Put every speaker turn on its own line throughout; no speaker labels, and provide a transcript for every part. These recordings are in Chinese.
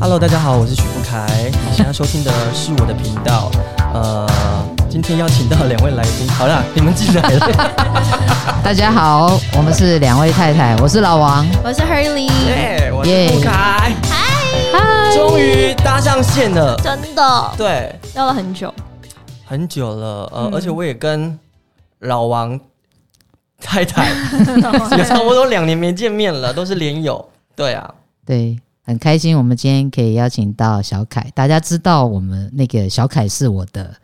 Hello，大家好，我是许富凯，你现在收听的是我的频道。呃，今天邀请到两位来宾，好啦，你们进来了。
大家好，我们是两位太太，我是老王。
我是 Hurley，
耶，我
耶
是富凯，终于搭上线了。
真的
对，
要了很久，
很久了，呃，而且我也跟老王太太 也差不多两年没见面了，都是连友。对啊，
对，很开心，我们今天可以邀请到小凯。大家知道我们那个小凯是我 的，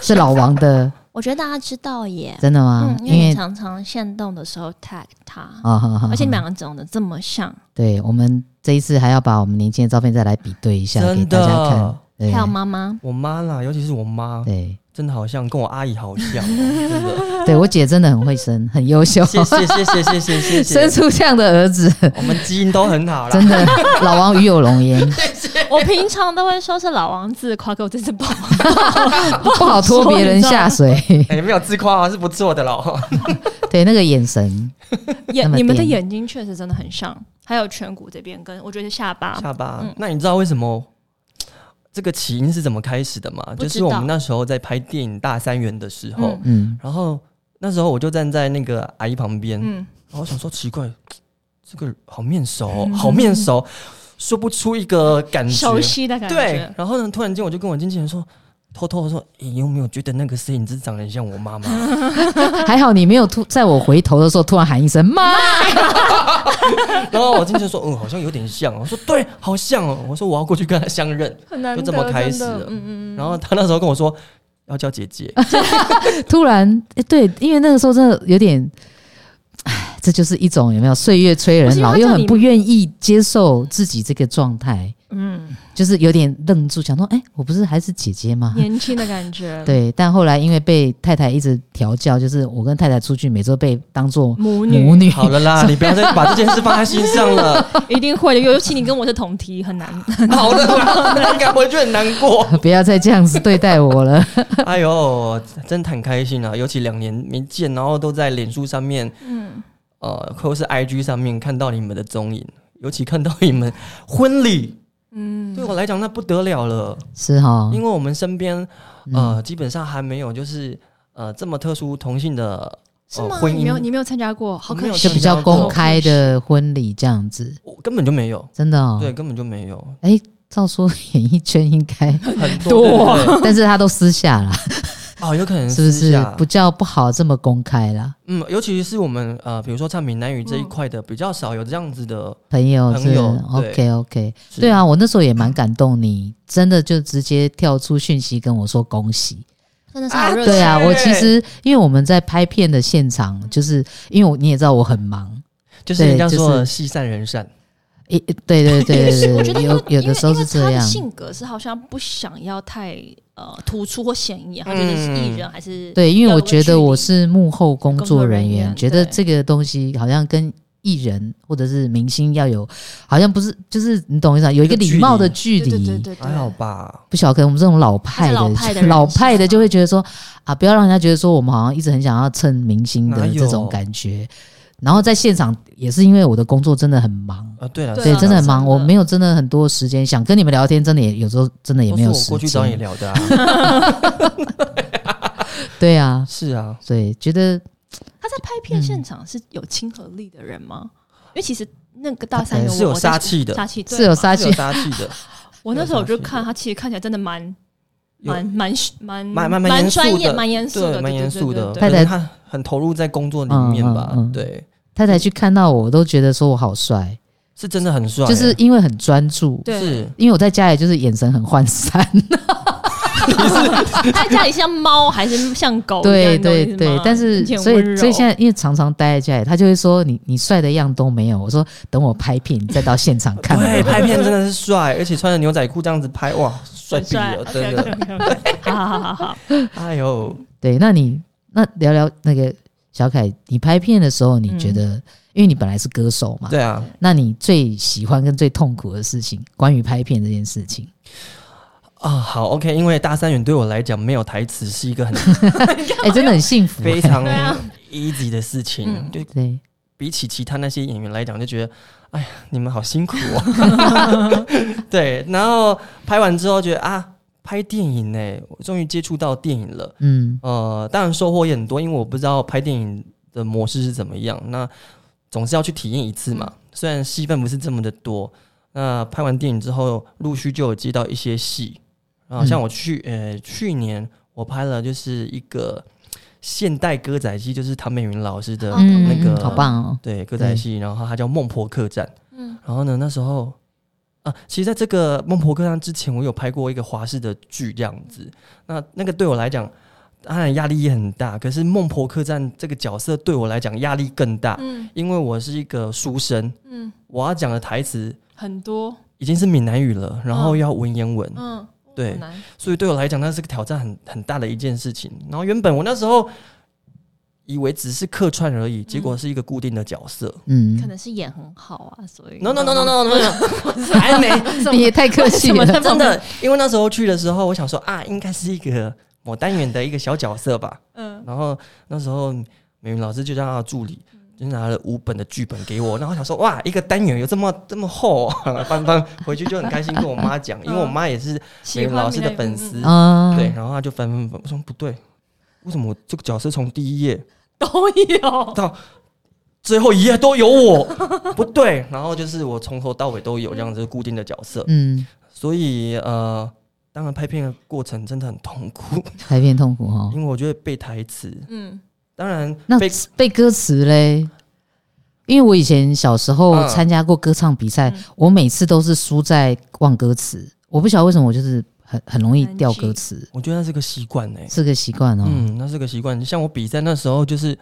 是老王的，
我觉得大家知道耶，
真的吗？
嗯，因为你嗯常常限动的时候 tag 他，
啊哈哈，
而且你们
哈
两个长得这么像，
对我们这一次还要把我们年轻的照片再来比对一下，给
真
大家看
的。，
对
还有妈妈，
我妈啦，尤其是我妈，
对
真的好像跟我阿姨好像，真的。
对，我姐真的很会生，很优 秀，
谢谢谢谢谢谢谢谢，
生出这样的儿子，
我们基因都很好啦。
真的老王与有龙 焉，
我平常都会说是老王字夸给我这次 包，
不好拖别人下水。
哎，没有自夸啊，是不错的喽。
对，那个眼神，那
眼
么
你们的
点
眼睛确实真的很像，还有颧骨这边跟我觉得下巴，
下巴
嗯，
那你知道为什么这个起因是怎么开始的吗？
不
就
知
是我们
道
那时候在拍电影《大三元》的时候
嗯，
嗯，
然后那时候我就站在那个阿姨旁边，
嗯，
然后我想说奇怪，这个好面熟哦，好面熟，说不出一个感觉。
嗯熟悉的感
对
觉，，
然后呢，突然间我就跟我经纪人说，偷偷的说，你、有没有觉得那个摄影师长得很像我妈妈？
还好你没有突，在我回头的时候突然喊一声妈。
然后我经纪人说，嗯，好像有点像哦。我说对，好像哦。我说我要过去跟她相认。
很难
就这
得，
么开始
真
了
的嗯嗯嗯，
然后她那时候跟我说。要叫姐姐，
突然，诶对，因为那个时候真的有点，唉，这就是一种有没有岁月催
不
人
是因为
老，
他
又
叫
很
你
不愿意接受自己这个状态，
嗯，
就是有点愣住，想说，哎、我不是还是姐姐吗？
年轻的感觉，，
对，但后来因为被太太一直调教，就是我跟太太出去，每周被当做
母女
母女，
好了啦， 你不要再把这件事放在心上 了。
一定会的，尤其你跟我是同题，很难，
好了啦，你敢回去很难过。
不要再这样子对待我 了。
哎呦，真的很开心啊！尤其两年没见，然后都在脸书上面，
嗯，
呃，或是 IG 上面看到你们的踪影，尤其看到你们婚礼，
嗯，
对我来讲那不得了了，
是哈，
因为我们身边
嗯
呃基本上还没有就是呃这么特殊同性的
是
呃
吗？
婚
你没有
姻，
你没有参加过，好
没
可
有
惜
就
哦。
比较公开
好可惜
的婚礼这样子，
我根本就没有，
真的哦。
对，根本就没有，
照说演艺圈应该，
很
多
多对 对对
但是他都私下啦，
哦，有可能
是不
私
是
下
不叫不好这么公开啦？
嗯，尤其是我们呃，比如说唱闽南语这一
嗯
块的，比较少有这样子的，
朋友是
朋友
OK OK，
是
对啊，我那时候也蛮感动你，真的就直接跳出讯息跟我说恭喜。
真的是好热
对
情。
啊，
对
我其实因为我们在拍片的现场，就是因为我你也知道我很忙，
就是人家
对
说
就
的戏散人散，
一对对对
是
对
我觉
对，
得
有有
因为
的时候
因为
是这
他的
样，
性格是好像不想要太呃突出或显眼，他觉得是艺
嗯
人还是
对，因为
要有
我
个
觉
距
得
离
我是幕后工
工
作
作
人
人
员，
员
觉得
对
这个东西好像跟艺人或者是明星要有，好像不是，就是你懂我意思啊，有一
一
个
个
礼
距
貌
离
的距
对
离。
对对对对，
还好吧？
不晓得可能我们这种老派的
老派的人
老派的
是吗
就会觉得说啊，不要让人家觉得说我们好像一直很想要蹭明星的
哪有
这种感觉。然后在现场也是因为我的工作真的很忙，
啊，对了，
对
对，
啊
真的很忙，
真的
我没有真的很多时间想跟你们聊天，真的也有时候真的也
都
没
是
有
我
时
过去找你
间。
聊 的啊，
对啊，
是 啊，
所以觉得
他在拍片
嗯
现场是有亲和力的人吗？因为其实那个大三
可
元
能
我
是有
我在
杀气的
杀气对
是有
嘛
杀
是有
气，
杀气 的，
我那时候我就
有杀气
看他，其实看起来真的蛮
有
蛮蛮蛮
蛮蛮蛮严
蛮
肃
专业、
的
蛮严肃的、
对，蛮
对
严肃的，
对
太 太
对
可能他很投入在工作里面吧
嗯嗯嗯，
对，
太太去看到我都觉得说我好帅，
是真的很帅，欸
就是因为很专注。
对
是
因为我在家里就是眼神很涣散，
对他哎家里像猫还是像狗一样？
对
你懂我
对
意思
对
吗，
但是
听起来
所以
很温柔
所以现在因为常常待在家里，他就会说你你帅的样都没有。我说等我拍片你再到现场看
对，
我。
拍片真的是帅，而且穿着牛仔裤这样子拍，哇， 帅
很
毙
帅
了，真的，
OK，OK，OK，OK，好好好好好。
哎呦，
对，那你那聊聊那个小凯，你拍片的时候
嗯
你觉得，因为你本来是歌手嘛，
对啊，
那你最喜欢跟最痛苦的事情，关于拍片这件事 情，
啊，好，OK，因为大三元对我来讲没有台词是一个很
哎、真的很幸 福、
非常
对啊
easy 的事情，
嗯
就
对，
比起其他那些演员来讲，就觉得，哎呀，你们好辛苦哦。 对，然后拍完之后觉得啊，拍电影呢，我终于接触到电影了。
嗯
呃，当然收获也很多，因为我不知道拍电影的模式是怎么样，那总是要去体验一次嘛。虽然戏份不是这么的多，那拍完电影之后，陆续就有接到一些戏，啊，
嗯
像我去呃去年我拍了就是一个现代歌仔戏，就是唐美云老师的、
哦
嗯，
那个
嗯好棒哦，
对歌仔戏，然后它叫《孟婆客栈》。
嗯
然后呢，那时候啊，其实在这个孟婆客栈之前，我有拍过一个华视的剧这样子。那那个对我来讲，当然压力也很大，可是孟婆客栈这个角色对我来讲压力更大，
嗯
因为我是一个书生，
嗯，
我要讲的台词
很多，
已经是闽南语了，然后
嗯
要文言文，
嗯，
对
很，难，
所以对我来讲，那是个挑战很很大的一件事情。然后原本我那时候。以为只是客串而已，结果是一个固定的角色。
可
嗯，
能是演很好啊，所以
No no no no no no，no，还没，
你也太客气了，
真的，因为那时候去的时候，我想说啊，应该是一个某单元的一个小角色吧。
嗯，
然后那时候美云老师就叫他的助理，就拿了五本的剧本给我。然后我想说，哇，一个单元有这么这么厚、哦，翻翻回去就很开心跟我妈讲， 因为我妈也是美
嗯喜
云
欢
老师的
闽南
粉
语
丝，
嗯
啊，
对。，然后她就翻翻翻，我说不对，为什么我这个角色从第一页
都有，
到最后一页都有我？ 不对，然后就是我从头到尾都有这样子固定的角色。
嗯，
所以呃，当然拍片的过程真的很痛苦，
拍片痛苦哈。
因为我觉得背台词，
嗯
当然
哦那
背
背歌词嘞，因为我以前小时候
嗯
参加过歌唱比赛，
嗯
我每次都是输在忘歌词。我不晓得为什么，我就是很很容易掉歌词，
我觉得那是个习惯哎，
是个习惯哦。
嗯，那是个习惯。像我比赛那时候就是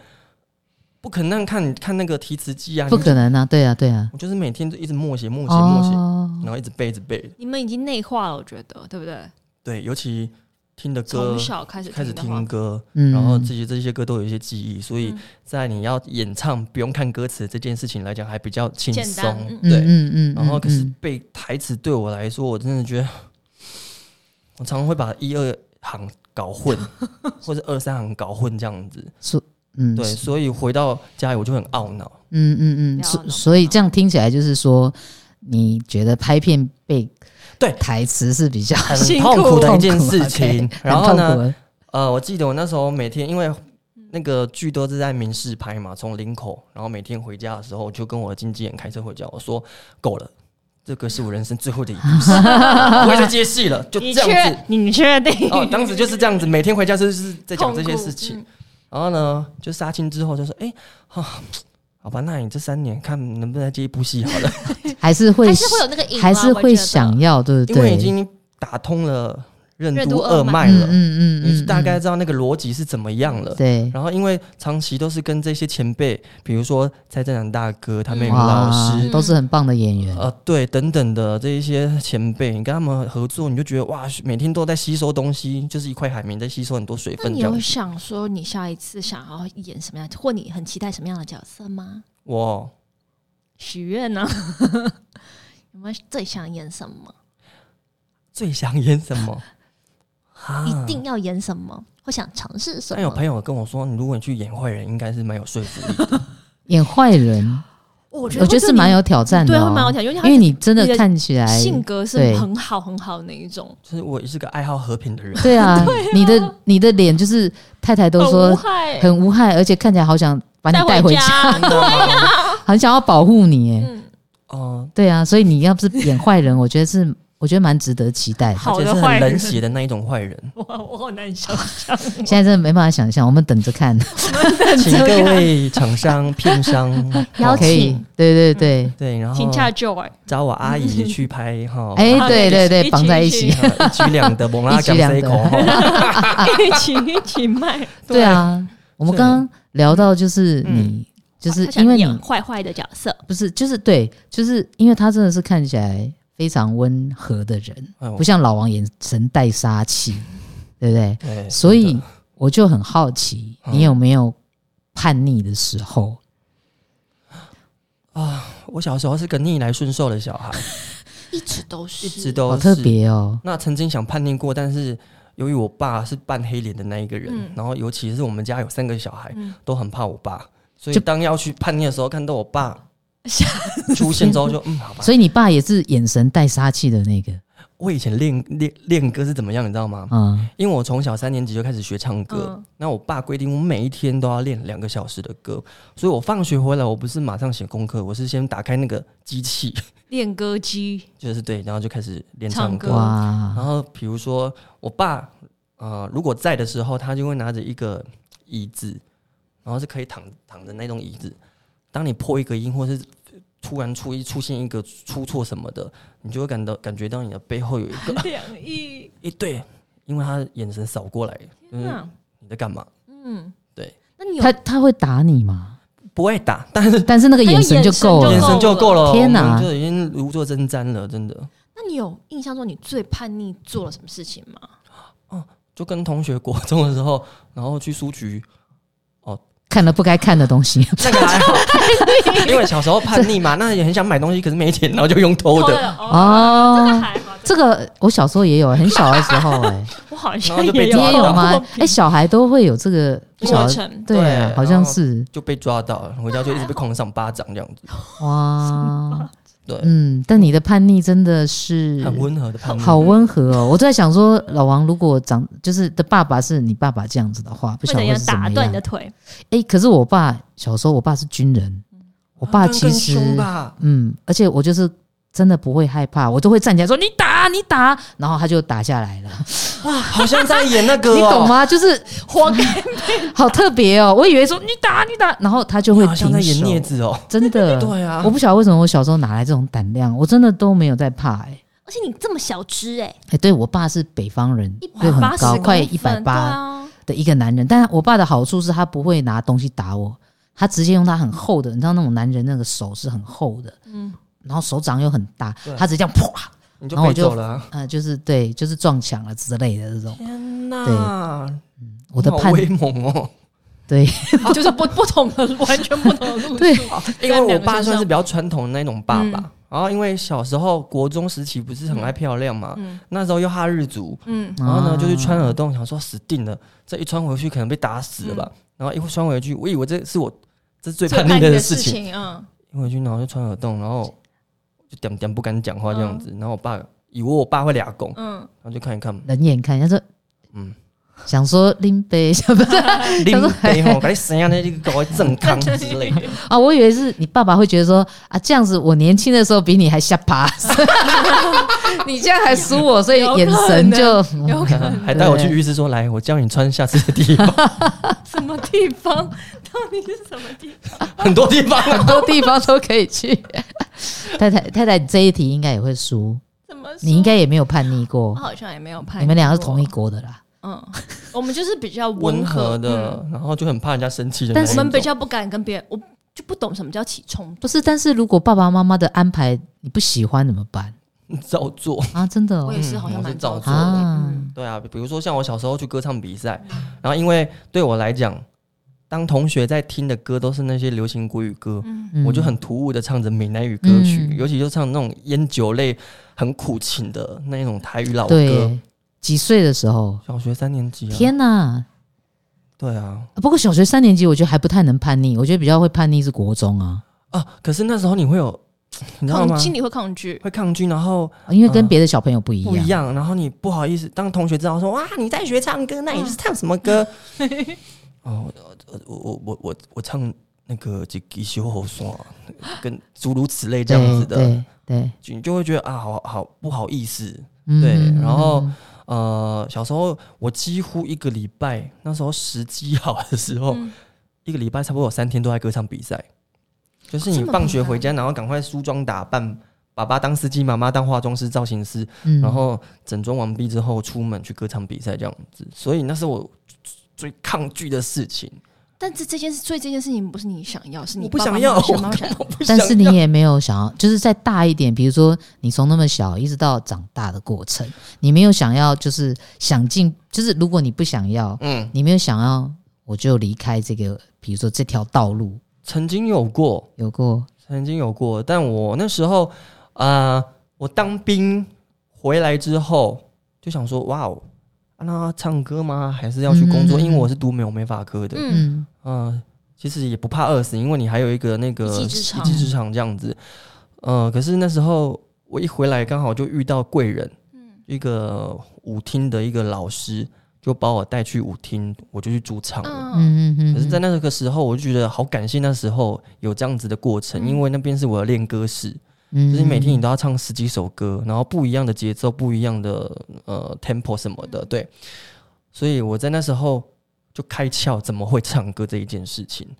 不可能看看那个提词机啊，
不
你就
可能啊，对啊，对啊。
我就是每天就一直默写默写默写，
哦
然后一直背一直背。
你们已经内化了，我觉得，对不对？
对，尤其听的歌
从。小开始
开始
的话
听，歌，
嗯
然后这些这些歌都有一些记忆，所以
嗯
在你要演唱不用看歌词这件事情来讲，还比较轻
简单
松。
嗯
嗯
对，
嗯嗯，
然后可是
嗯
背台词对我来说，我真的觉得，我常常会把一二行搞混，或者二三行搞混这样子。
嗯
对，
是
所以回到家里我就很懊恼。
嗯嗯嗯，
不要
所
弄
所以这样听起来就是说，你觉得拍片背
对
台词是比较
很
辛
痛苦的
痛
一件
苦
事
OK，
情。
很
然后
痛苦啊
呢，
的？
呃，我记得我那时候每天因为那个剧都是在民视拍嘛，从林口，然后每天回家的时候，我就跟我的经纪人开车回家，我说够了。这个是我人生最后的一部戏，不会再接戏了，就
你
这样子
确。你确定？
哦，当时就是这样子，每天回家就是在讲这些
痛苦
事情。
嗯
然后呢，就杀青之后就说，哎、啊，好吧，那你这三年看能不能再接一部戏 好了，
还是会
还是会有那个瘾啊，
还是
我觉
会
得
想要，对不
因为
对？
已经打通了任
任
督
督
二
二
脉
脉
嗯
了，
嗯嗯
你
嗯，
大概知道那个逻辑是怎么样了。
对，
然后，因为长期都是跟这些前辈，比如说蔡振南大哥、他们
嗯
老师，
都是很棒的演员。
呃，对，等等的这一些前辈，你跟他们合作，你就觉得哇，每天都在吸收东西，就是一块海绵在吸收很多水
那
分
你
这样
有。想说你下一次想要演什么样，或你很期待什么样的角色吗？
我
许愿呢？ 有没有最想演什么？
最想演什么？啊
一定要演什么？或想尝试什
但
哎
么？
有朋友跟我说，你如果你去演坏人，应该是蛮有说服力。
演坏人，
我
我觉得是蛮有挑战的
对，
哦，
会蛮有挑战，因为
因为
他
你真的看起来，
性格是
对
很好很好的那一种，
就是我也是个爱好和平 的人，
对 啊，你的你的脸就是太太都
很无
说
害，
很无害，而且看起来好想把你带回
回
家，
真的吗？
很想要保护你，哎，
嗯，
嗯，
对啊，所以你要不是演坏人，我觉得是我觉得蛮值得期待的。
而
好
且
的
是
坏
很
人。
冷血的那一种坏人
我我好难想象，
现在真的没办法想象，我们等着看，
请各位厂商、片商
邀
可以
请，
对对对，
对，然后
请下 Joy，
找我阿姨去拍哈，呃
哎，
好
对对
一
对，
起
绑在一
一
起，
起
一举两得，蒙拉讲这一口
一举
哈，
啊
一起一起卖，
对，啊，我们
对
刚刚聊到就是
嗯
你， 就是
他想
因为你
演坏坏的角色，
不是，就是对，就是因为他真的是看起来非常温和的人，
哎我
不像老王眼神带杀气，对不对？
对
所
哎哦真
以
的
我就很好奇，
嗯
你有没有叛逆的时候？
我小时候是个逆来顺受的小孩，
一直都
一
是，
直
好
都
特
是。
别哦，
那曾经想叛逆过，但是由于我爸是扮黑脸的那一个人，
嗯
然后尤其是我们家有三个小孩，
嗯
都很怕我爸，所以
就
当要去叛逆的时候，看到我爸出现之后就，嗯，好吧。
所以你爸也是眼神带杀气的那个
我以前练练练歌是怎么样，你知道吗？
啊、
因为我从小三年级就开始学唱歌，
嗯
那我爸规定我每一天都要练两个小时的歌，所以我放学回来我不是马上写功课，我是先打开那个机器，
练 歌机，
就是对，然后就开始练
唱
唱歌。
歌
然
哇，
后比如说我爸，呃，如果在的时候，他就会拿着一个椅子，然后是可以躺躺着那种椅子。当你破一个音，或是突然出一出现一个出错什么的，你就会感到感觉到你的背后有一个
两亿，
一对，因为他眼神扫过来，就是
那
你在干嘛？
嗯，
对，
那你有
他他会打你吗？
不会打，但是
但是那个
他用
眼神就够
眼
眼
了。
神就够了。
天哪
我们就已经如坐针毡了，真的。
那你有印象中你最叛逆做了什么事情吗？
就跟同学国中的时候，然后去书局，
看了不该看的东西，
那个还 好，因为小时候叛逆嘛，那也很想买东西，可是没钱，然后就用偷的，
了
哦
这个还好，
这个我小时候也有，很小的时候 哎、
我好
然后
像
就被
你
抓到
也有吗？哎、
哎，
小孩都会有这个小
啊过，程
对啊，
对
好像是
就被抓到了，回家就一直被狂上巴掌这样子。
哇，
对，
嗯，但你的叛逆真的是
很温和的叛逆，
好温和哦。我都在想说，老王如果长就是的爸爸是你爸爸这样子的话，不
会
晓得
怎
会
样
是怎么
打断你的
样。
腿？
哎、可是我爸小时候，我爸是军人，
哦
我爸
更
其
更
实
凶吧，
嗯，而且我就是真的不会害怕，我都会站起来说你打你打，然后他就打下来了，
好像在演那个，哦
你懂？吗？就是
活该，
好特别哦，我以为说你打你打，然后他就会
好像在
停
演
手，
镊子哦。
真 的。
对啊
我，不晓得为什么我小时候哪来这种胆量，我真的都没有在怕哎、
而且你这么小只哎，
哎、对我爸是北方人
一，百
又
八
很
十
高，快
一
一百八
啊，
的一个男人。但我爸的好处是他不会拿东西打我，他直接用他很厚的，你知道那种男人那个手是很厚的，
嗯，
然后手掌又很大
对，
他直接这样啪，
你就
然后
被
我就
走了啊。
呃，就是对，就是撞墙了之类的这种。
天哪，
我的
你好
叛
威猛哦！
对，
就是不不同的，完全不同的路
对
数。
因为我爸算是比较传统的那种爸
嗯
爸，然后因为小时候国中时期不是很爱漂亮嘛，
嗯
那时候又哈日族，
嗯，
然后呢，
啊
就是穿耳洞，想说死定了，这一穿回去可能被打死了吧。然后一穿回去，我以为这是我这是最
最
叛
叛逆
的
的
事情。
情，嗯，
一回去，然后就穿耳洞，然后就点点不敢讲话这样子。然后我爸以为我爸会俩拱，
嗯，
然后就看一看，
冷眼看，他说
嗯，
想说拎杯，想不是
林
说
北吼，把你怎样的这个搞个正康之 类的。
啊，我以为是你爸爸会觉得说啊，这样子我年轻的时候比你还下爬， 你这样还输我，所以
有可
眼神就
有可能
还带我去浴室说：“来，我教你穿下次的地方，
什么地方？到底是什么地方？
很多地方
嗯很多地方都可以去。 太太太太，你这一题应该也会输，
怎么说？
你应该也没有叛逆过
我，好像也没有叛逆，
你们两个是同一，国的啦。
嗯，我们就是比较
温和
和
的，然后就很怕人家生气的那
但
一
嗯我
种。”
们比较不敢跟别人，我就不懂什么叫起冲突。
不是，但是如果爸爸妈妈的安排你不喜欢怎么办
照做。
啊？真的、
我
哦
也是，好
嗯
像
我是
蛮
照
早
做
做
的
的。
啊，
嗯
对啊，比如说像我小时候去歌唱比赛，然后因为对我来讲，当同学在听的歌都是那些流行国语歌，
嗯
我就很突兀的唱着闽南语歌曲，
嗯
尤其就唱那种烟酒类很苦情的那一种台语老歌。
对。几岁的时候？
小学三年级啊，
天哪！
对啊，
不过小学三年级，我觉得还不太能叛逆，我觉得比较会叛逆是国中啊，
啊，可是那时候你会有，你知道吗
抗？心里会抗拒，
会抗拒，然后
因为跟别的小朋友不一
嗯
样。
不一样，然后你不好意思，当同学知道说哇你在学唱歌，那你是唱什么歌？哦，我我我我我我唱那个几几修喉酸，跟诸如此类这样子的，
对对嗯
你就会觉得啊，好好不好意思。
对
对然后呃，小时候我几乎一个礼拜，那时候时机好的时候，
嗯
一个礼拜差不多有三天都在歌唱比赛，就是
这
你
么
放学
频繁
回家，然后赶快梳妆打扮，爸爸当司机，妈妈当化妆师、造型师，
嗯
然后整装完毕之后出门去歌唱比赛这样子，所以那是我最抗拒的事情。
但是这件事，所以这件事情不是你想要，是你
我不
爸爸
想要，
妈
我
妈想要
根本不想
但
要。
是你也没有想要，就是再大一点，比如说你从那么小一直到长大的过程，你没有想要，就是想进，就是如果你不想要，
嗯，
你没有想要，我就离开这个，比如说这条道路，
曾经有过，
有过
曾经有过，但我那时候啊、呃我当兵回来之后就想说，哇哦，啊那唱歌吗？还是要去工作？
嗯嗯嗯
因为我是读美容美发科的，嗯、
嗯，
嗯，
其实也不怕饿死，因为你还有一个那个
一技之长
一技之长这样子。呃，可是那时候我一回来，刚好就遇到贵人，
嗯
一个舞厅的一个老师，就把我带去舞厅，我就去驻唱了。
嗯，
嗯嗯嗯，
可是，在那个时候，我就觉得好感谢那时候有这样子的过程，
嗯
因为那边是我的练歌室，
就
就是每天你都要唱十几首歌，然后不一样的节奏、不一样的呃 tempo 什么的，对。所以我在那时候就开窍，怎么会唱歌这一件事情。
嗯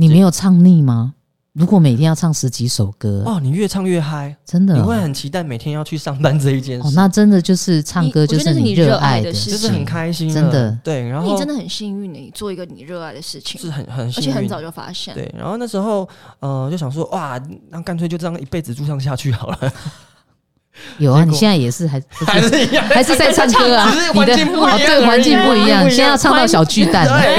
你没有唱腻吗？如果每天要唱十几首歌，
哦，你越唱越嗨，
真的
你
哦
会很期待每天要去上班这一件
哦，
事，
那真的就是唱歌
你
就
我觉得是
你
你热
爱
爱的事
就
事
情
是
情，
很开心了，
真的
对。然
那你
后
真的很幸运的，欸你做一个你热爱的事情，
是很很
而且
幸
很
运，
早就发现，
对。然后那时候呃就想说，哇，那干脆就这样一辈子驻唱下去好了，
有啊，
结果
你现在也是 还
还是一样。
还是在唱歌啊
只是，
你
环
的
境不一样
哦对环境不一
而已啊
样，现在要唱到小巨蛋了，
对，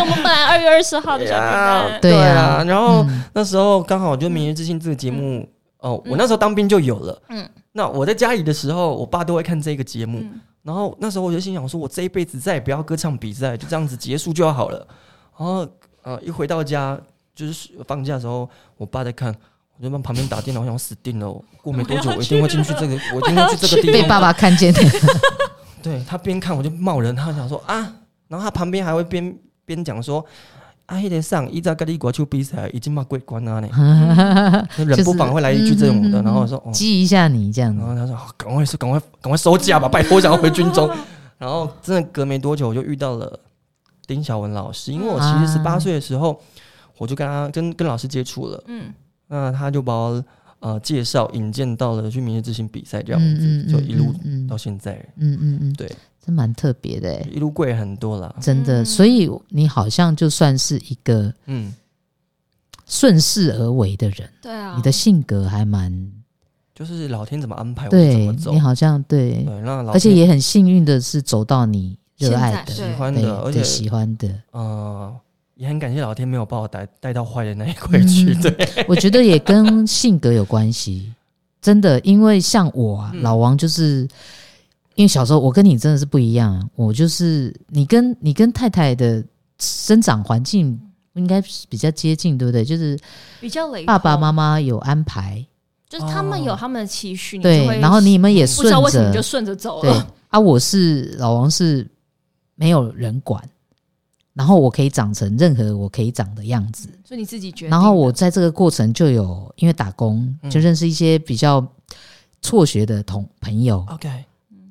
我们本来二月二十号 的小名
呀
单，
对啊
啊，然后
哦
嗯
那时候刚好就《明日之星》这个节目，哦，我那时候当兵就有了。嗯
嗯，
那我在家里的时候，我爸都会看这个节目，
嗯
然后那时候我就心想说，我这一辈子再也不要歌唱比赛，就这样子结束就好了。然后呃，一回到家就是放假的时候，我爸在看。我就往旁边打电脑，我想死定了！我过没多久，
我要
我一定会进去这个，我一定会去这个地方。
被爸爸看 见的，
对他边看我就骂人，他想说啊，然后他旁边还会边边讲说，啊，迄个上伊在跟你国球比赛已经骂过关啊呢，就
就
人
是嗯
不妨会来一句这种的，然后我说哦，
激一下你这样
然
子，
后他说哦赶快说赶快赶快收假吧，拜托我想要回军 中，然后真的隔没多久我就遇到了丁晓文老师，因为我其实十八
啊
岁的时候我就跟他跟跟老师接触了，
嗯，
那他就把我呃介绍引荐到了去明日之星比赛这样子，
嗯
就一路
嗯
到
嗯
现在
嗯嗯嗯，
对，
真蛮特别的欸，
一路贵很多啦，
真的，
嗯
所以你好像就算是一个
嗯。
顺势而为的人，
对啊，
你的性格还蛮
就是老天怎么安排哎我就怎
对
么，走嗯
你。好像对，
对，那老
而且
天
也很幸运的是走到你热爱
现
的
在。
喜欢
对
的，而
对
且
喜欢的，
呃，也很感谢老天没有把我带带到坏的那一块去。
嗯
对，
我觉得也跟性格有关系，真的，因为像我啊，
嗯
老王就是。因为小时候我跟你真的是不一样啊，我就是你跟你跟太太的生长环境应该是比较接近，对不对？就是
比较雷，
爸爸妈妈有安排，
就是他们有
哦
他们的期许，你就
对
会，嗯
然后你们也
不
顺
知道为什么你就
着，
顺着走
对
了，
啊，我是老王是没有人管，然后我可以长成任何我可以长的样子，
所以你自己决定的。
然后我在这个过程就有因为打工
嗯
就认识一些比较辍学的同朋友，
OK，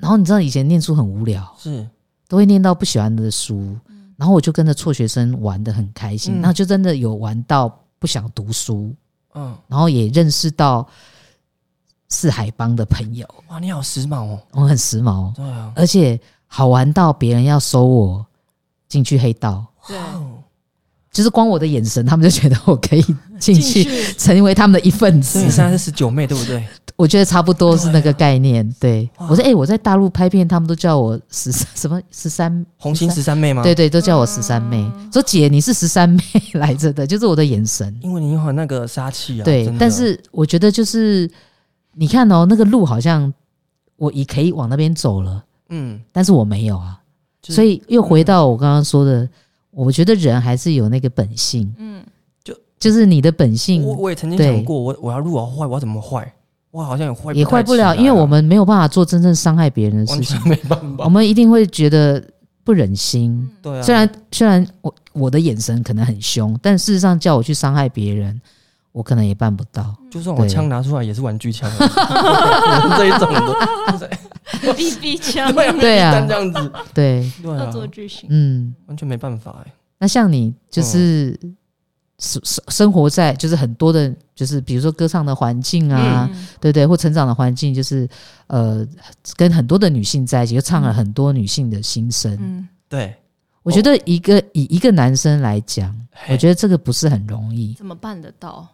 然后你知道以前念书很无聊，
是
都会念到不喜欢的书，然后我就跟着辍学生玩的很开
嗯
心，然后就真的有玩到不想读书，
嗯，
然后也认识到四海帮的朋友，
哇，你好时髦哦。
我很时髦，
对啊，
而且好玩到别人要收我进去黑道，
对
哦
就是光我的眼神，他们就觉得我可以进
进
去
去
成为他们的一份
所
子
以。你现在是十九妹对不 对？
我觉得差不多是那个概念。对
哇
我说，哎、我在大陆拍片，他们都叫我十三什么十三
红心十三妹吗？
对，对，都叫我十三妹。说姐，你是十三妹来着的，就是我的眼神。
因为你有那个杀气啊。
对
真，的
但是我觉得就是你看哦，那个路好像我也可以往那边走了，
嗯，
但是我没有啊，
就是嗯
所以又回到我刚刚说的，我觉得人还是有那个本性，
嗯，
就是你的本性
我我也曾经
嗯对
想过，我我要入我坏，我要怎么坏？我好像也坏
也
太
坏不
起
了，
来啊
因为我们没有办法做真正伤害别人的
完
事情
全，没办
我
法。
们一定会觉得不忍心。
对啊，
虽然虽然我我的眼神可能很凶，但事实上叫我去伤害别人，我可能也办不 到。
就算我
对
枪拿出来也是玩具 枪而已，这一种的，就
啊
是
逼逼 枪，
对啊
对啊
但这样子，
对，
对
恶
啊，
作剧型，
嗯，
完全没办法哎。
那像你就是
嗯
生生、生活在就是很多的，就是比如说歌唱的环境啊，
嗯
对不对？或成长的环境，就是呃，跟很多的女性在一起，就唱了很多女性的心声。
嗯，
对，
我觉得一个、以一个男生来讲，
嘿
我觉得这个不是很容易。
怎么办得到？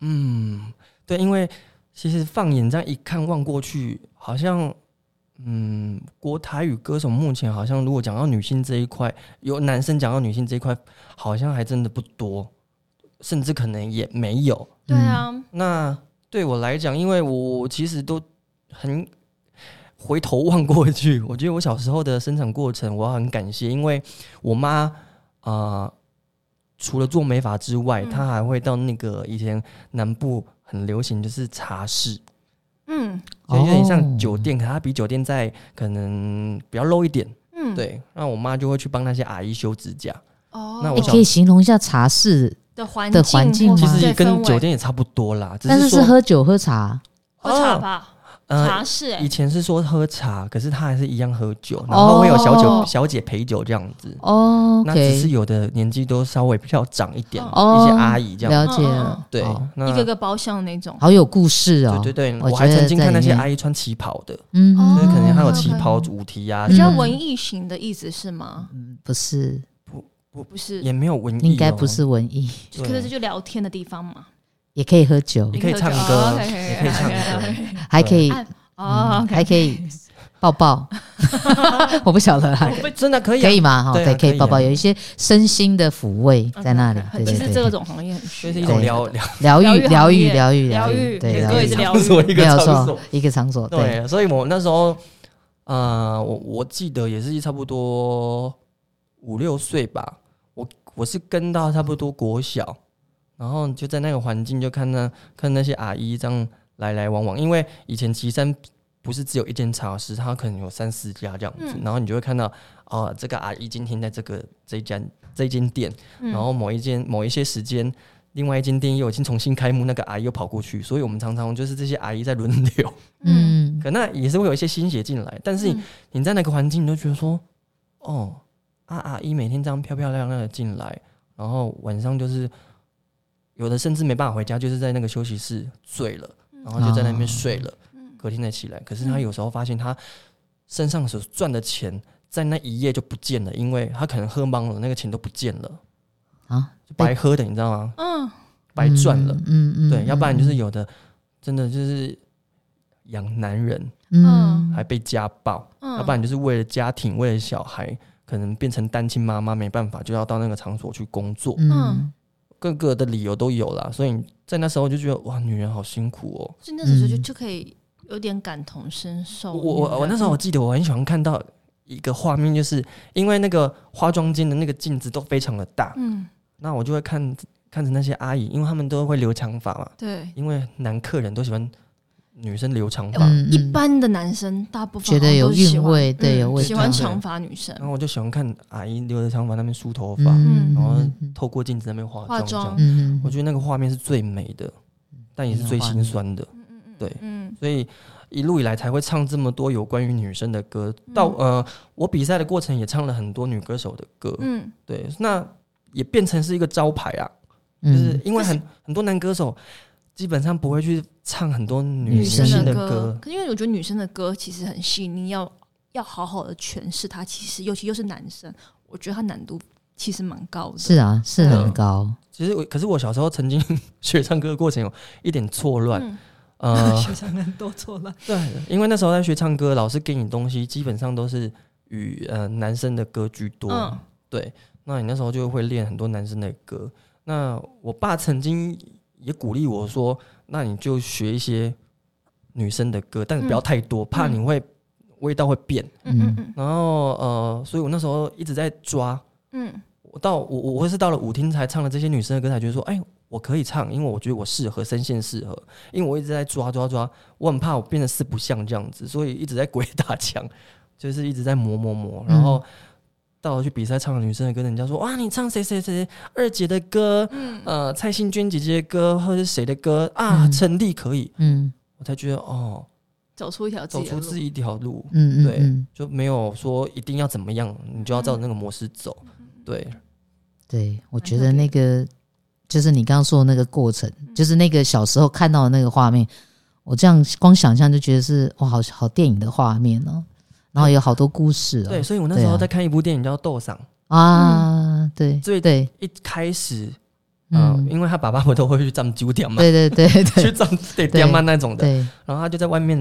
嗯，对，因为其实放眼这样一看望过去，好像，嗯，国台语歌手目前好像如果讲到女性这一块，有男生讲到女性这一块，好像还真的不多，甚至可能也没有。
嗯
对啊，
那对我来讲，因为我我其实都很回头望过去，我觉得我小时候的生长过程，我很感谢，因为我妈啊、呃除了做美发之外，
嗯
他还会到那个以前南部很流行就是茶室，
嗯
就有点像
哦
酒店，可它比酒店在可能比较 low 一点。
嗯，
对，那我妈就会去帮那些阿姨修指甲，
哦，
那我
你
想
可以形容一下茶室，
的环
哎的环境
或
吗
其
者
实
对
也跟
氛围
酒店也差不多啦，只
但是
说哦
是喝酒喝茶
喝茶吧，
呃
茶室哎
以，前是说喝茶，可是他还是一样喝酒，
哦
然后会有小酒、小姐陪酒这样子。
哦
那只是
，OK，
有的年纪都稍微比较长一点，
哦
一些阿姨这样。
了解哦
嗯嗯
了
嗯，
对
好，
那
一个个包厢那种，
好有故事哦，
对对对，
我
我还
觉得
曾经
在
看
里
那些
面
阿姨穿旗袍的，
嗯，
哦
就是可能还有
哦
旗
，OK
袍主题啊，
比较
嗯
文艺型的意思是吗？
嗯不是，
不是，
也没有文艺，哦
应该不，是文艺，
对
可是这就聊天的地方嘛，
也可以喝酒
你，可以唱歌
也
也可以唱歌
还可以，
按
嗯
啊哦，OK，
还可以抱抱， 我不晓得啦，
真的可以啊
可以吗？哈，
对啊
对，
可以
以抱抱，
啊
有一些身心的抚慰在那里，对
啊很其
对
实这
对，
种行业很需
就是一
要，
种
对
疗疗
疗愈疗
疗
愈
愈
疗愈
疗愈
对，
两
疗
个
愈
一直疗愈
场所一
没
个
有
场
错
所，，
一个场所，对，
对，所以我那时候，呃，我我记得也是差不多五六岁吧，我我是跟到差不多国小，然后就在那个环境就看那看那些阿姨这样来来往往，因为以前岐山不是只有一间茶室，它可能有三四家这样子，
嗯
然后你就会看到啊、这个阿姨今天在这个这一间这一间店，
嗯
然后某一间某一些时间。另外一间店又已经重新开幕，那个阿姨又跑过去，所以我们常常就是这些阿姨在轮流。
嗯，
嗯，
可那也是会有一些新血进来，但是
嗯
你在那个环境，你就觉得说，哦，啊阿姨每天这样漂漂亮亮的进来，然后晚上就是有的甚至没办法回家，就是在那个休息室醉了，然后就在那
啊
边睡了，
嗯
隔天再起来。可是他有时候发现他身上所赚的钱在那一夜就不见了，因为他可能喝懵了，那个钱都不见了，
啊，
就白喝的，你知道吗？
嗯，
白赚了。
嗯，嗯嗯，
对，要不然就是
嗯
有的真的就是养男人
嗯
还被家暴。
嗯
要不然就是为了家庭，为了小孩，可能变成单亲妈妈，没办法就要到那个场所去工作，
嗯
各个的理由都有啦。所以在那时候就觉得哇，女人好辛苦哦。
所以那时候就
嗯
就可以有点感同身受。
我我我我那
你知
时
道
候我
吗
记得我很喜欢看到一个画面，就是因为那个化妆间的那个镜子都非常的大，
嗯，
那我就会看看着那些阿姨，因为她们都会留长发
嗯
嘛，
对，
因为男客人都喜欢女生留长发，
嗯，
一
嗯
般的男生大部分
觉得
好像
有
都是喜
韵
欢
味对
嗯
有味
喜欢
道
长发女生
然后我就喜欢看阿姨留着长发那边梳头发，
嗯
然后
嗯
透过镜子那边化
化
妆这样
妆。
嗯
我觉得那个画面是最美的，但也是最心酸的。对，
嗯
所以一路以来才会唱这么多有关于女生的歌。
嗯
到呃，我比赛的过程也唱了很多女歌手的歌，
嗯，
对，那也变成是一个招牌啊，就
嗯
是因为很很多男歌手基本上不会去唱很多女
女
明
生
生
星
的
歌
歌，，可是因为我觉得女生的歌其实很细腻，要要好好的诠释它。其实尤其又是男生，我觉得它难度其实蛮高的。
是啊，是很
嗯
高，
其实我可是我小时候曾经 学唱歌的过程有一点错乱，
嗯，
呃，
长难多错了。
对，因为那时候在学唱歌，老师给你东西基本上都是与呃男生的歌居多。
嗯
对，那你那时候就会练很多男生的歌。那我爸曾经也鼓励我说，那你就学一些女生的歌，但是不要太多，怕你会味道会变。
嗯嗯嗯
然后呃，所以我那时候一直在抓。
嗯
我到我我我是到了舞厅才唱了这些女生的歌，才觉得说，哎、我可以唱，因为我觉得我适合，声线适合。因为我一直在抓抓抓，我很怕我变得四不像这样子，所以一直在鬼打墙，就是一直在磨磨磨。然
嗯
后到了去比赛唱女生的歌，人家说，哇，你唱谁谁谁二姐的歌，
嗯
呃，蔡幸娟姐姐的歌，或者是谁的歌啊？
嗯
陈丽可以，
嗯
我才觉得哦，
走出一条
走
自己的
出
路
自己一条路。
嗯
对
嗯嗯，
就没有说一定要怎么样，你就要
嗯
照着那个模式走。对，
对，我
蛮
觉
特
得
别
那个就是你刚刚说的那个过程，就是那个小时候看到的那个画面，我这样光想象就觉得是哇，好好电影的画面哦，然后有好多故事哦，
对，所以我那时候
对啊
在看一部电影叫《斗赏》，
啊，对，
最
对，
一开始，嗯、
嗯，
因为他爸爸不都会去占酒店嘛，
对对对 对
去占对店嘛那种的，
对，
然后他就在外面，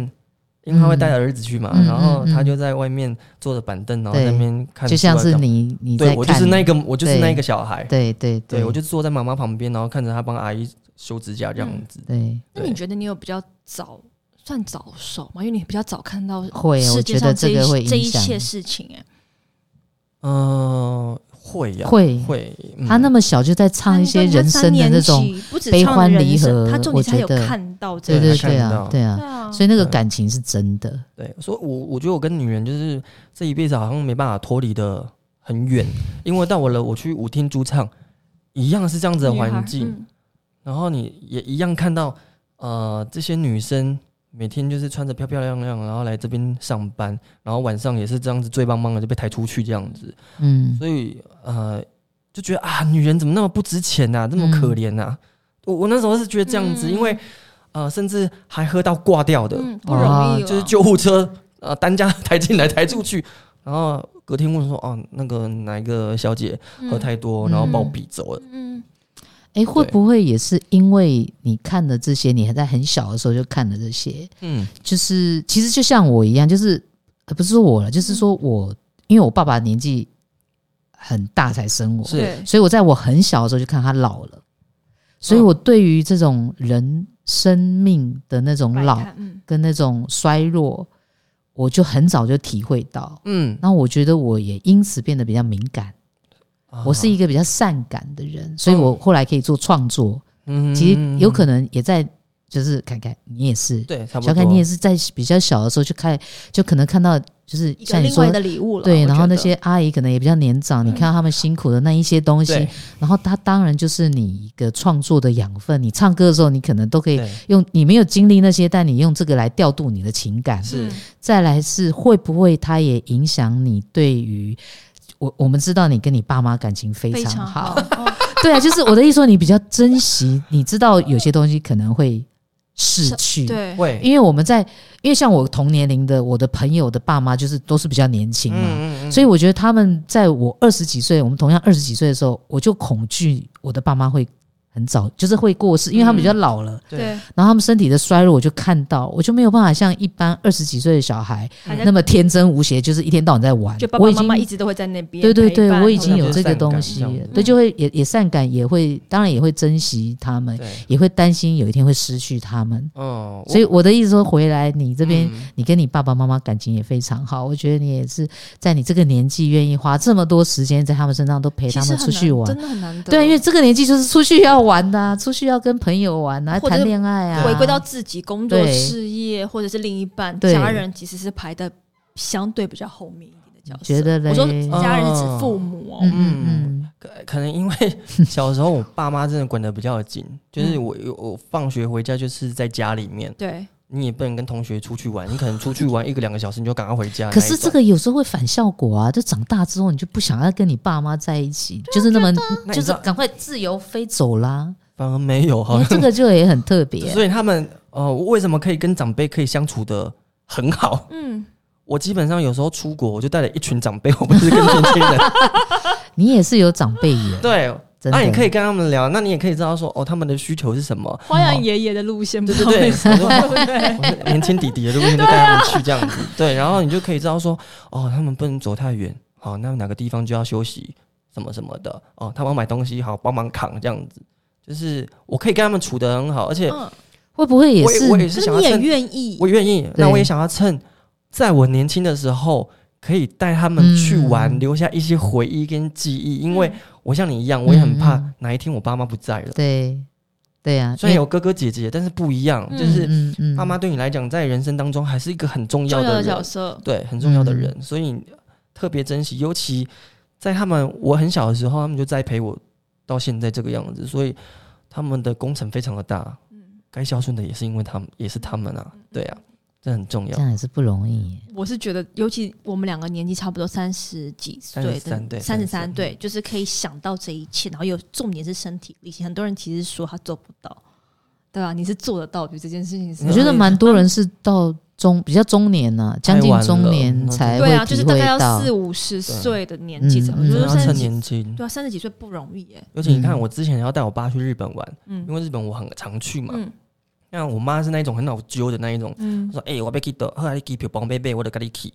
因为他会带儿子去嘛，
嗯
然后他
嗯嗯
就在外面坐着板凳，然后
对
在那边看书
就
啊，
像是
干嘛，
你你在
对
看，
我就是那个，我就是那个小孩，
对对
对我就坐在妈妈旁边，然后看着他帮阿姨修指甲这
嗯
样子，
对
那你觉得你有比较早算早熟吗？因为你比较早看到
会，我
世
觉
界
得
上
这
一
个会
这
影
一
响，
切事情、哎，
嗯、会呀、
会
会，嗯
他那么小就在唱一些人生的那种，，
不止
悲
唱
欢
人
离
生
合
他重
我
点是他
觉
有
得
看到这
对
个，
对
看
对
得
啊
到，
对啊，
对啊，
所以那个感情是真的，
对，所以我我觉得我跟女人就是这一辈子好像没办法脱离的很远，因为到我了我去舞厅驻唱，一样是这样子的
女孩
环境，
嗯
然后你也一样看到呃这些女生每天就是穿着漂漂亮亮，然后来这边上班，然后晚上也是这样子醉邦邦的就被抬出去这样子，
嗯，
所以呃就觉得啊女人怎么那么不值钱呐、这么可怜呐、我我那时候是觉得这样子，
嗯
因为呃甚至还喝到挂掉的，啊
嗯，不容易了，
就是救护车呃担架抬进来抬出去，然后隔天问说哦那个哪一个小姐喝太多，
嗯
然后把我逼走了。
嗯，嗯，
哎，会不会也是因为你看了这些，你还在很小的时候就看了这些，
嗯
就是其实就像我一样，就是呃不是说我了，就是说我，因为我爸爸年纪很大才生我，
是
对，
所以我在我很小的时候就看他老了，所以我对于这种人生命的那种
摆
老
摊，嗯，
跟那种衰弱，我就很早就体会到。
嗯，
然后我觉得我也因此变得比较敏感，
啊
我是一个比较善感的人，所以我后来可以做创作。
嗯
其实有可能也在，就是凯凯你也是，
对，差不
小
多。
凯你也是在比较小的时候就看，就可能看到就是
一个
像你
另
说
外的礼物了，
对，
我
然后
觉
那
得
些阿姨可能也比较年长，你看到他们辛苦的那一些东西
嗯对，
然后它当然就是你一个创作的养分。你唱歌的时候，你可能都可以
对
用，你没有经历那些，但你用这个来调度你的情感。
是
嗯
再来是会不会它也影响你对于我？我们知道你跟你爸妈感情非
非
常
常
好，
好，哦
对啊，就是我的意思说你比较珍惜，你知道有些东西可能会逝去，
对，
会，
因为我们在，因为像我同年龄的我的朋友的爸妈，就是都是比较年轻嘛，
嗯
所以我觉得他们在我二十几岁，我们同样二十几岁的时候，我就恐惧我的爸妈会很早，就是会过世，因为他们
嗯
比较老了，
对
对，
然后他们身体的衰弱，我就看到，我就没有办法像一般二十几岁的小孩
嗯
还在
那么天真无邪，就是一天到晚在玩
就。爸
我
爸
已
妈
经
妈一直都会在那边陪
对
伴，
对对，我已
他们
经有
就是
这个
善感
东
这
西
样
了
子，
对，就会也也善感，也会当然也会珍惜他们，
嗯对，
也会担心有一天会失去他们。
嗯，
所以我的意思说，回来你这
这
嗯
边你跟你爸爸妈妈感情也非常好，我觉得你也是在你这个年纪愿意花这么多时间在他们身上，都陪
其
他
实
们
很
出去
难
玩
真。的很难得，
对，因为这个年纪就是出去要玩的、啊，出去要跟朋友玩啊，
或者
谈恋爱啊，
回归到自己工作、
对
事业或者是另一半、
对
家人，其实是排的相对比较后面一点的角色。
觉得嘞
我说呃家人是指
哦
父母哦，
嗯嗯嗯，
可可能因为小时候我爸妈真的管得比较紧，就是
嗯
我我放学回家就是在家里面，
对，
你也不能跟同学出去玩，你可能出去玩一个两个小时你就赶快回家。
可是这个有时候会反效果啊，就长大之后你就不想要跟你爸妈在一起，就是那么
啊
那你
就
知
是
道
赶快自由飞走 啦。
反而没有
因
哈
为，这个就也很特别，
所以他们呃为什么可以跟长辈可以相处的很好？
嗯，
我基本上有时候出国我就带了一群长辈，我不是跟年轻人，
你也是有长辈缘，
对，啊
真的。
那你可以跟他们聊，那你也可以知道说哦他们的需求是什 么，
花样爷爷的路线，
对对对，
不知道为什
我就
么对
我就年轻弟弟的路线就带他们去这样子，对，然后你就可以知道说，哦，他们不能走太远，好，那哪个地方就要休息，什么什么的，哦，他们要买东西，好，帮忙扛这样子，就是我可以跟他们处的很好，而且
嗯，
会不哦会也
我也
是
我也
可
是
是
想
你
要
也
趁，
愿意
我，愿意，那
对
我也想要趁在我年轻的时候。可以带他们去玩，
嗯
留下一些回忆跟记忆。因为
嗯
我像你一样，我也很怕
嗯
哪一天我爸妈不在了。
对对啊？
虽然
因为
有哥哥姐姐，但是不一样，就
嗯
是
嗯嗯
爸妈对你来讲，在人生当中还是一个很重要
重要
的
的
人
角，色，嗯
对，很重要的人，所以特别珍惜。尤其在他们我很小的时候，他们就栽培我到现在这个样子，所以他们的工程非常的大，
嗯，
该孝顺的也是因为他们，也是他们啊，对啊，这很重
这
要。
样也是不容易耶。
我是觉得，尤其我们两个年纪差不多三十几岁
33
的，
对
三十三
33
对，就是可以想到这一切，然后有重点是身体力行。很多人其实说他做不到，对吧、你是做得到，就这件事情是
嗯
我觉得蛮多人是到中比较中年呐、将近中
嗯
年才
对啊，
会体
就是大
会
概要
到
四。五十岁的年
嗯
纪才会，
嗯
真
就是
的要
三十
趁
几，
年轻，
对啊，三十几岁不容易耶。
尤其你看，
嗯
我之前要带我爸去日本玩，因
嗯
为日本我很常去嘛。
嗯
那我妈是那一种很老揪的那一种，
嗯
他，说：“哎、我被 k 到，后来 k 票帮贝贝，我得跟你 去，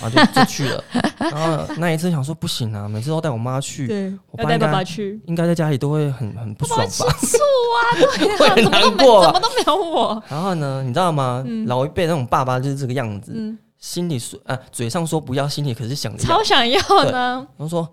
然后就就去了。然后那一次想说不行啊，每次都带我妈去，
对，
我爸
要带
应该
爸爸去。
应该在家里都会很很不爽
吃
吧。
醋啊，对
会
啊，怎么都
难
没
过
怎么都没有我。
然后呢，你知道吗？
嗯
老一辈那种爸爸就是这个样子，
嗯，
呃心里说啊、嘴上说不要，心里可是想着要。
超想要呢，
然后说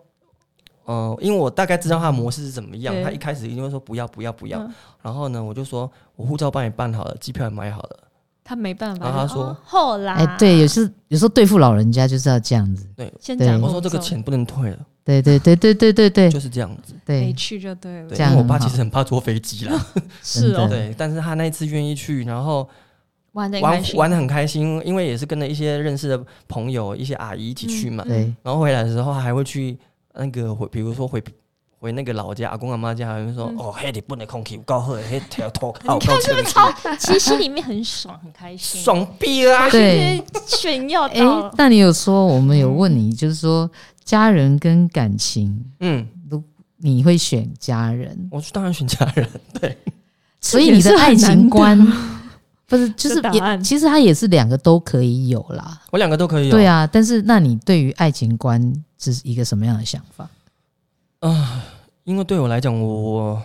呃，因为我大概知道他的模式是怎么样，
对
他一开始一定会说不要不要不要，
嗯
然后呢，我就说我护照帮你办好了，机票也买好了，
他没办法。
然后他
就
说
哦后来，
哎、对，有时有时候对付老人家就是要这样子，
先
对
讲
我
工
说这个
作
钱不能退了，
对对对对对对对
就是这样子。
没
对，
去就对了
对，
这，
因
样
为我爸
很好
其实很怕坐飞机啦，
真
是哦
的，
对，但是他那一次愿意去，然后
玩的
玩玩的 很开心，因为也是跟着一些认识的朋友、一些阿姨一起去嘛。
对，
然后回来的时候还会去那个回，比如说回回那个老家阿公阿妈家，还会说、
嗯
哦，嘿，你不能空气有够好的，嘿，条头靠够清楚
其实心里面很爽，很开心，
爽毙啦！
对，
炫耀
哎、
到了。
那你有说我们有问
嗯
你，就是说家人跟感情，
嗯，
你会选家人，
我当然选家人，
所以你的爱情观 不是就是
这答
也
案
其实它也是两个都可以有啦，
我两个都可以、
对
啊，
啊，但是那你对于爱情观是一个什么样的想法？
因为对我来讲，我我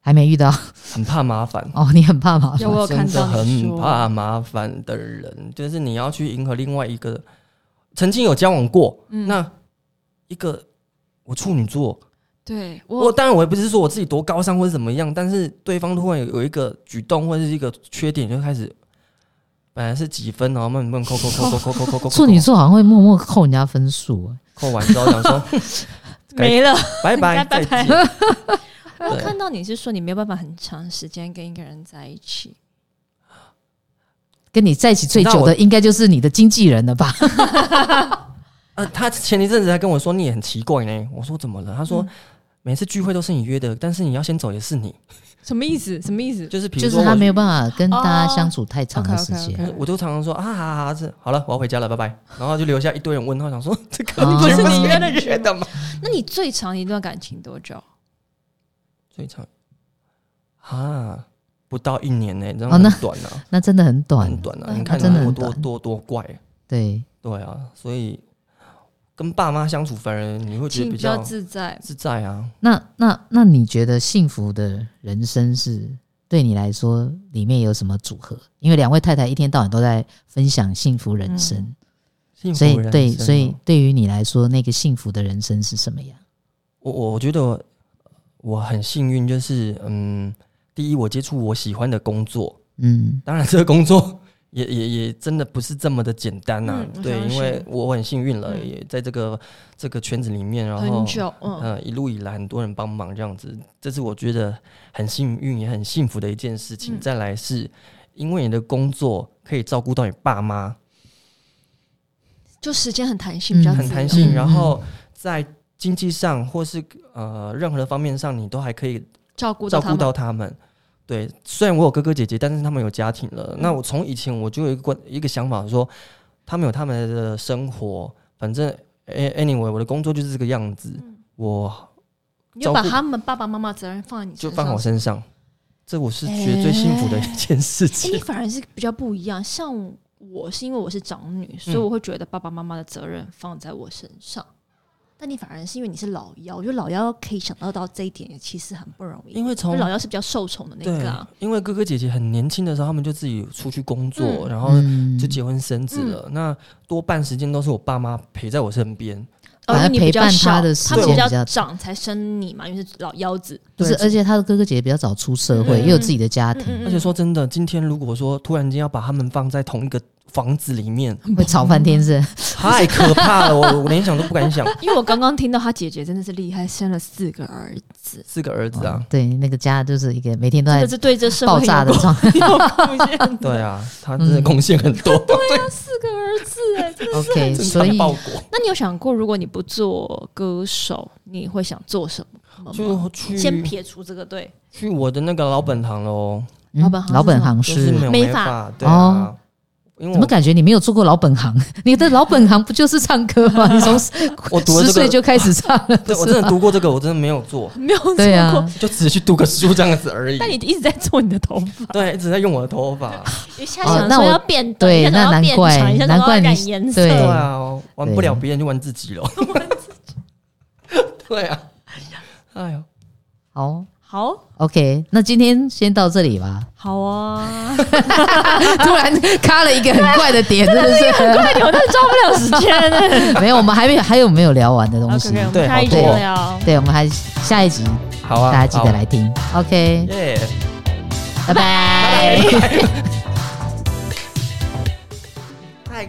还没遇到
很怕麻烦。
哦，你很怕麻
有
烦，
我有看
真的
到你
很
说
怕麻烦的人，就是你要去迎合另外一个曾经有交往过，
嗯
那一个我处女座，
对
我
我
当然我也不是说我自己多高尚或者怎么样，但是对方突然有有一个举动或者是一个缺点，就开始本来是几分，然后慢慢慢慢扣扣扣扣扣扣扣扣扣，
处女座好像会默默扣人家分数、哎
扣完之后想说
没了。
拜拜
拜
再
拜
见，
我
对
看到你是说你没有办法很长时间跟一个人在一起，
跟你在一起最
那
久
我
的应该就是你的经纪人了吧？
呃，他前一阵子还跟我说你很奇怪呢，我说怎么了？他说。每次聚会都是你约的，但是你要先走也是你，
什么意思？什么意思？
就是比
就
如
是
说
他
我
没有办法跟大家
哦
相处太长的时间。
就是我就常常说啊，哈哈，是好了，我要回家了，拜拜。然后就留下一堆人问号，想说这个
哦
不
不
是
是
你
你
约
约
的
的
约
人
的吗？
那你最长一段感情多久？
最长啊，不到一年呢、欸，这样
哦那
很短啊，
那真的很短
很，短啊。
嗯
你看
那真的
我
很
多
短
多多怪，啊
对，
对啊，所以跟爸妈相处，反而你会觉
请
得
比
比
较
较
自在。
自在啊。
那那那你觉得幸福的人生是对你来说里面有什么组合？因为两位太太一天到晚都在分享幸福人生，
嗯
幸福
所以
人
对，
生
所以
哦
对于你来说，那个幸福的人生是什么样？
我我我觉得我我很幸运，就是嗯，第一，我接触我喜欢的工作，
嗯，
当然，这个工作也 也也真的不是这么的简单呐、
嗯我
对，
相信
因为我很幸运了，
嗯
也在这个这个圈子里面，然后
很久，嗯，
呃一路以来很多人帮忙这样子，这是我觉得很幸运也很幸福的一件事情。
嗯
再来是因为你的工作可以照顾到你爸妈，
就时间很弹性，比较
嗯
自由
很弹性，
嗯
然后在经济上或是呃任何的方面上，你都还可以
照顾
照
他
顾
们。
到他们。对，虽然我有哥哥姐姐，但是他们有家庭
嗯
了。那我从以前我就有一个观一个想法说，他们有他们的生活，反正 a- anyway，我的工作就是这个样子，
嗯
我
你就把
照顾
他们爸爸妈妈责任放在你
就
身
放
上
我。身上。这我是觉得最幸福的一件事
哎
情。
你反而是比较不一样，像我是因为我是长女，
嗯
所以我会觉得爸爸妈妈的责任放在我身上。但你反而是因为你是老幺，我觉得老幺可以想到到这一点，也其实很不容易。
因为
因
哦
从
为老幺是比较受宠的那
对
个、啊，，
因为哥哥姐姐很年轻的时候，他们就自己出去工作，
嗯
然后
嗯
就结婚生子了。那多半时间都是我爸妈陪在我身边。
而
反而
哦你比较
陪伴
小
他的时
他们
间
比
比
较
较长才生你嘛，因为是老幺子。
不是，而且他的哥哥姐姐比较早出社会，
嗯
也有自己的家
嗯
庭，
嗯嗯
而且说真的，今天如果说突然间要把他们放在同一个房子里面，
会吵翻天
嗯
是哦
太可怕了，我我连想都不敢想。
呃
因为我刚刚听到他姐姐真的是厉害，生了四个儿 子，
四个儿子啊，
对，那个家就是一个每天都
真
在
的是对这社会
哎爆炸的状 态， 嗯
对啊，他真的贡献很多，
四个儿子哎，真的
OK，
正
所
常
以
报国。
那你有想过，如果你不做歌手，你会想做什么吗？
就去
先撇除这个，对，
去我的那个老本行喽，
嗯
老本行
老本行
就是
是哦
没有
美
美
发
发，对啊，因为
怎么
我
感觉你没有做过老本行？ 你的老本行不就是唱歌 吗？你从
我读了
十
这
岁
个，
就开始唱了，不
对我
是
真的
吗
读过这个，我真的没有 做，
没有做
对啊
过。，
就只是去读个书这样子而已
但。你一直在做你的头 发，
对，一直在用我的头发。
一下
哦
想
那
说
我
要变短，
对
一下想
那
要
难
变
怪
长，一下想
难
要
怪你
染颜色，
对
对啊，玩不了别人就玩自 己喽。对啊，哎呦，
好，
好
OK，那今天先到这里吧。
好啊，
突然卡了一个很怪的点，真的 是
我真的抓不了时间 呢。
没有，我们还没有还有没有聊完的东
OK，
西？
我
对
们下一集
好多
聊，
对，我们还下一集
好啊，
大家记
好
得，来听。OK，
耶、
拜拜。
太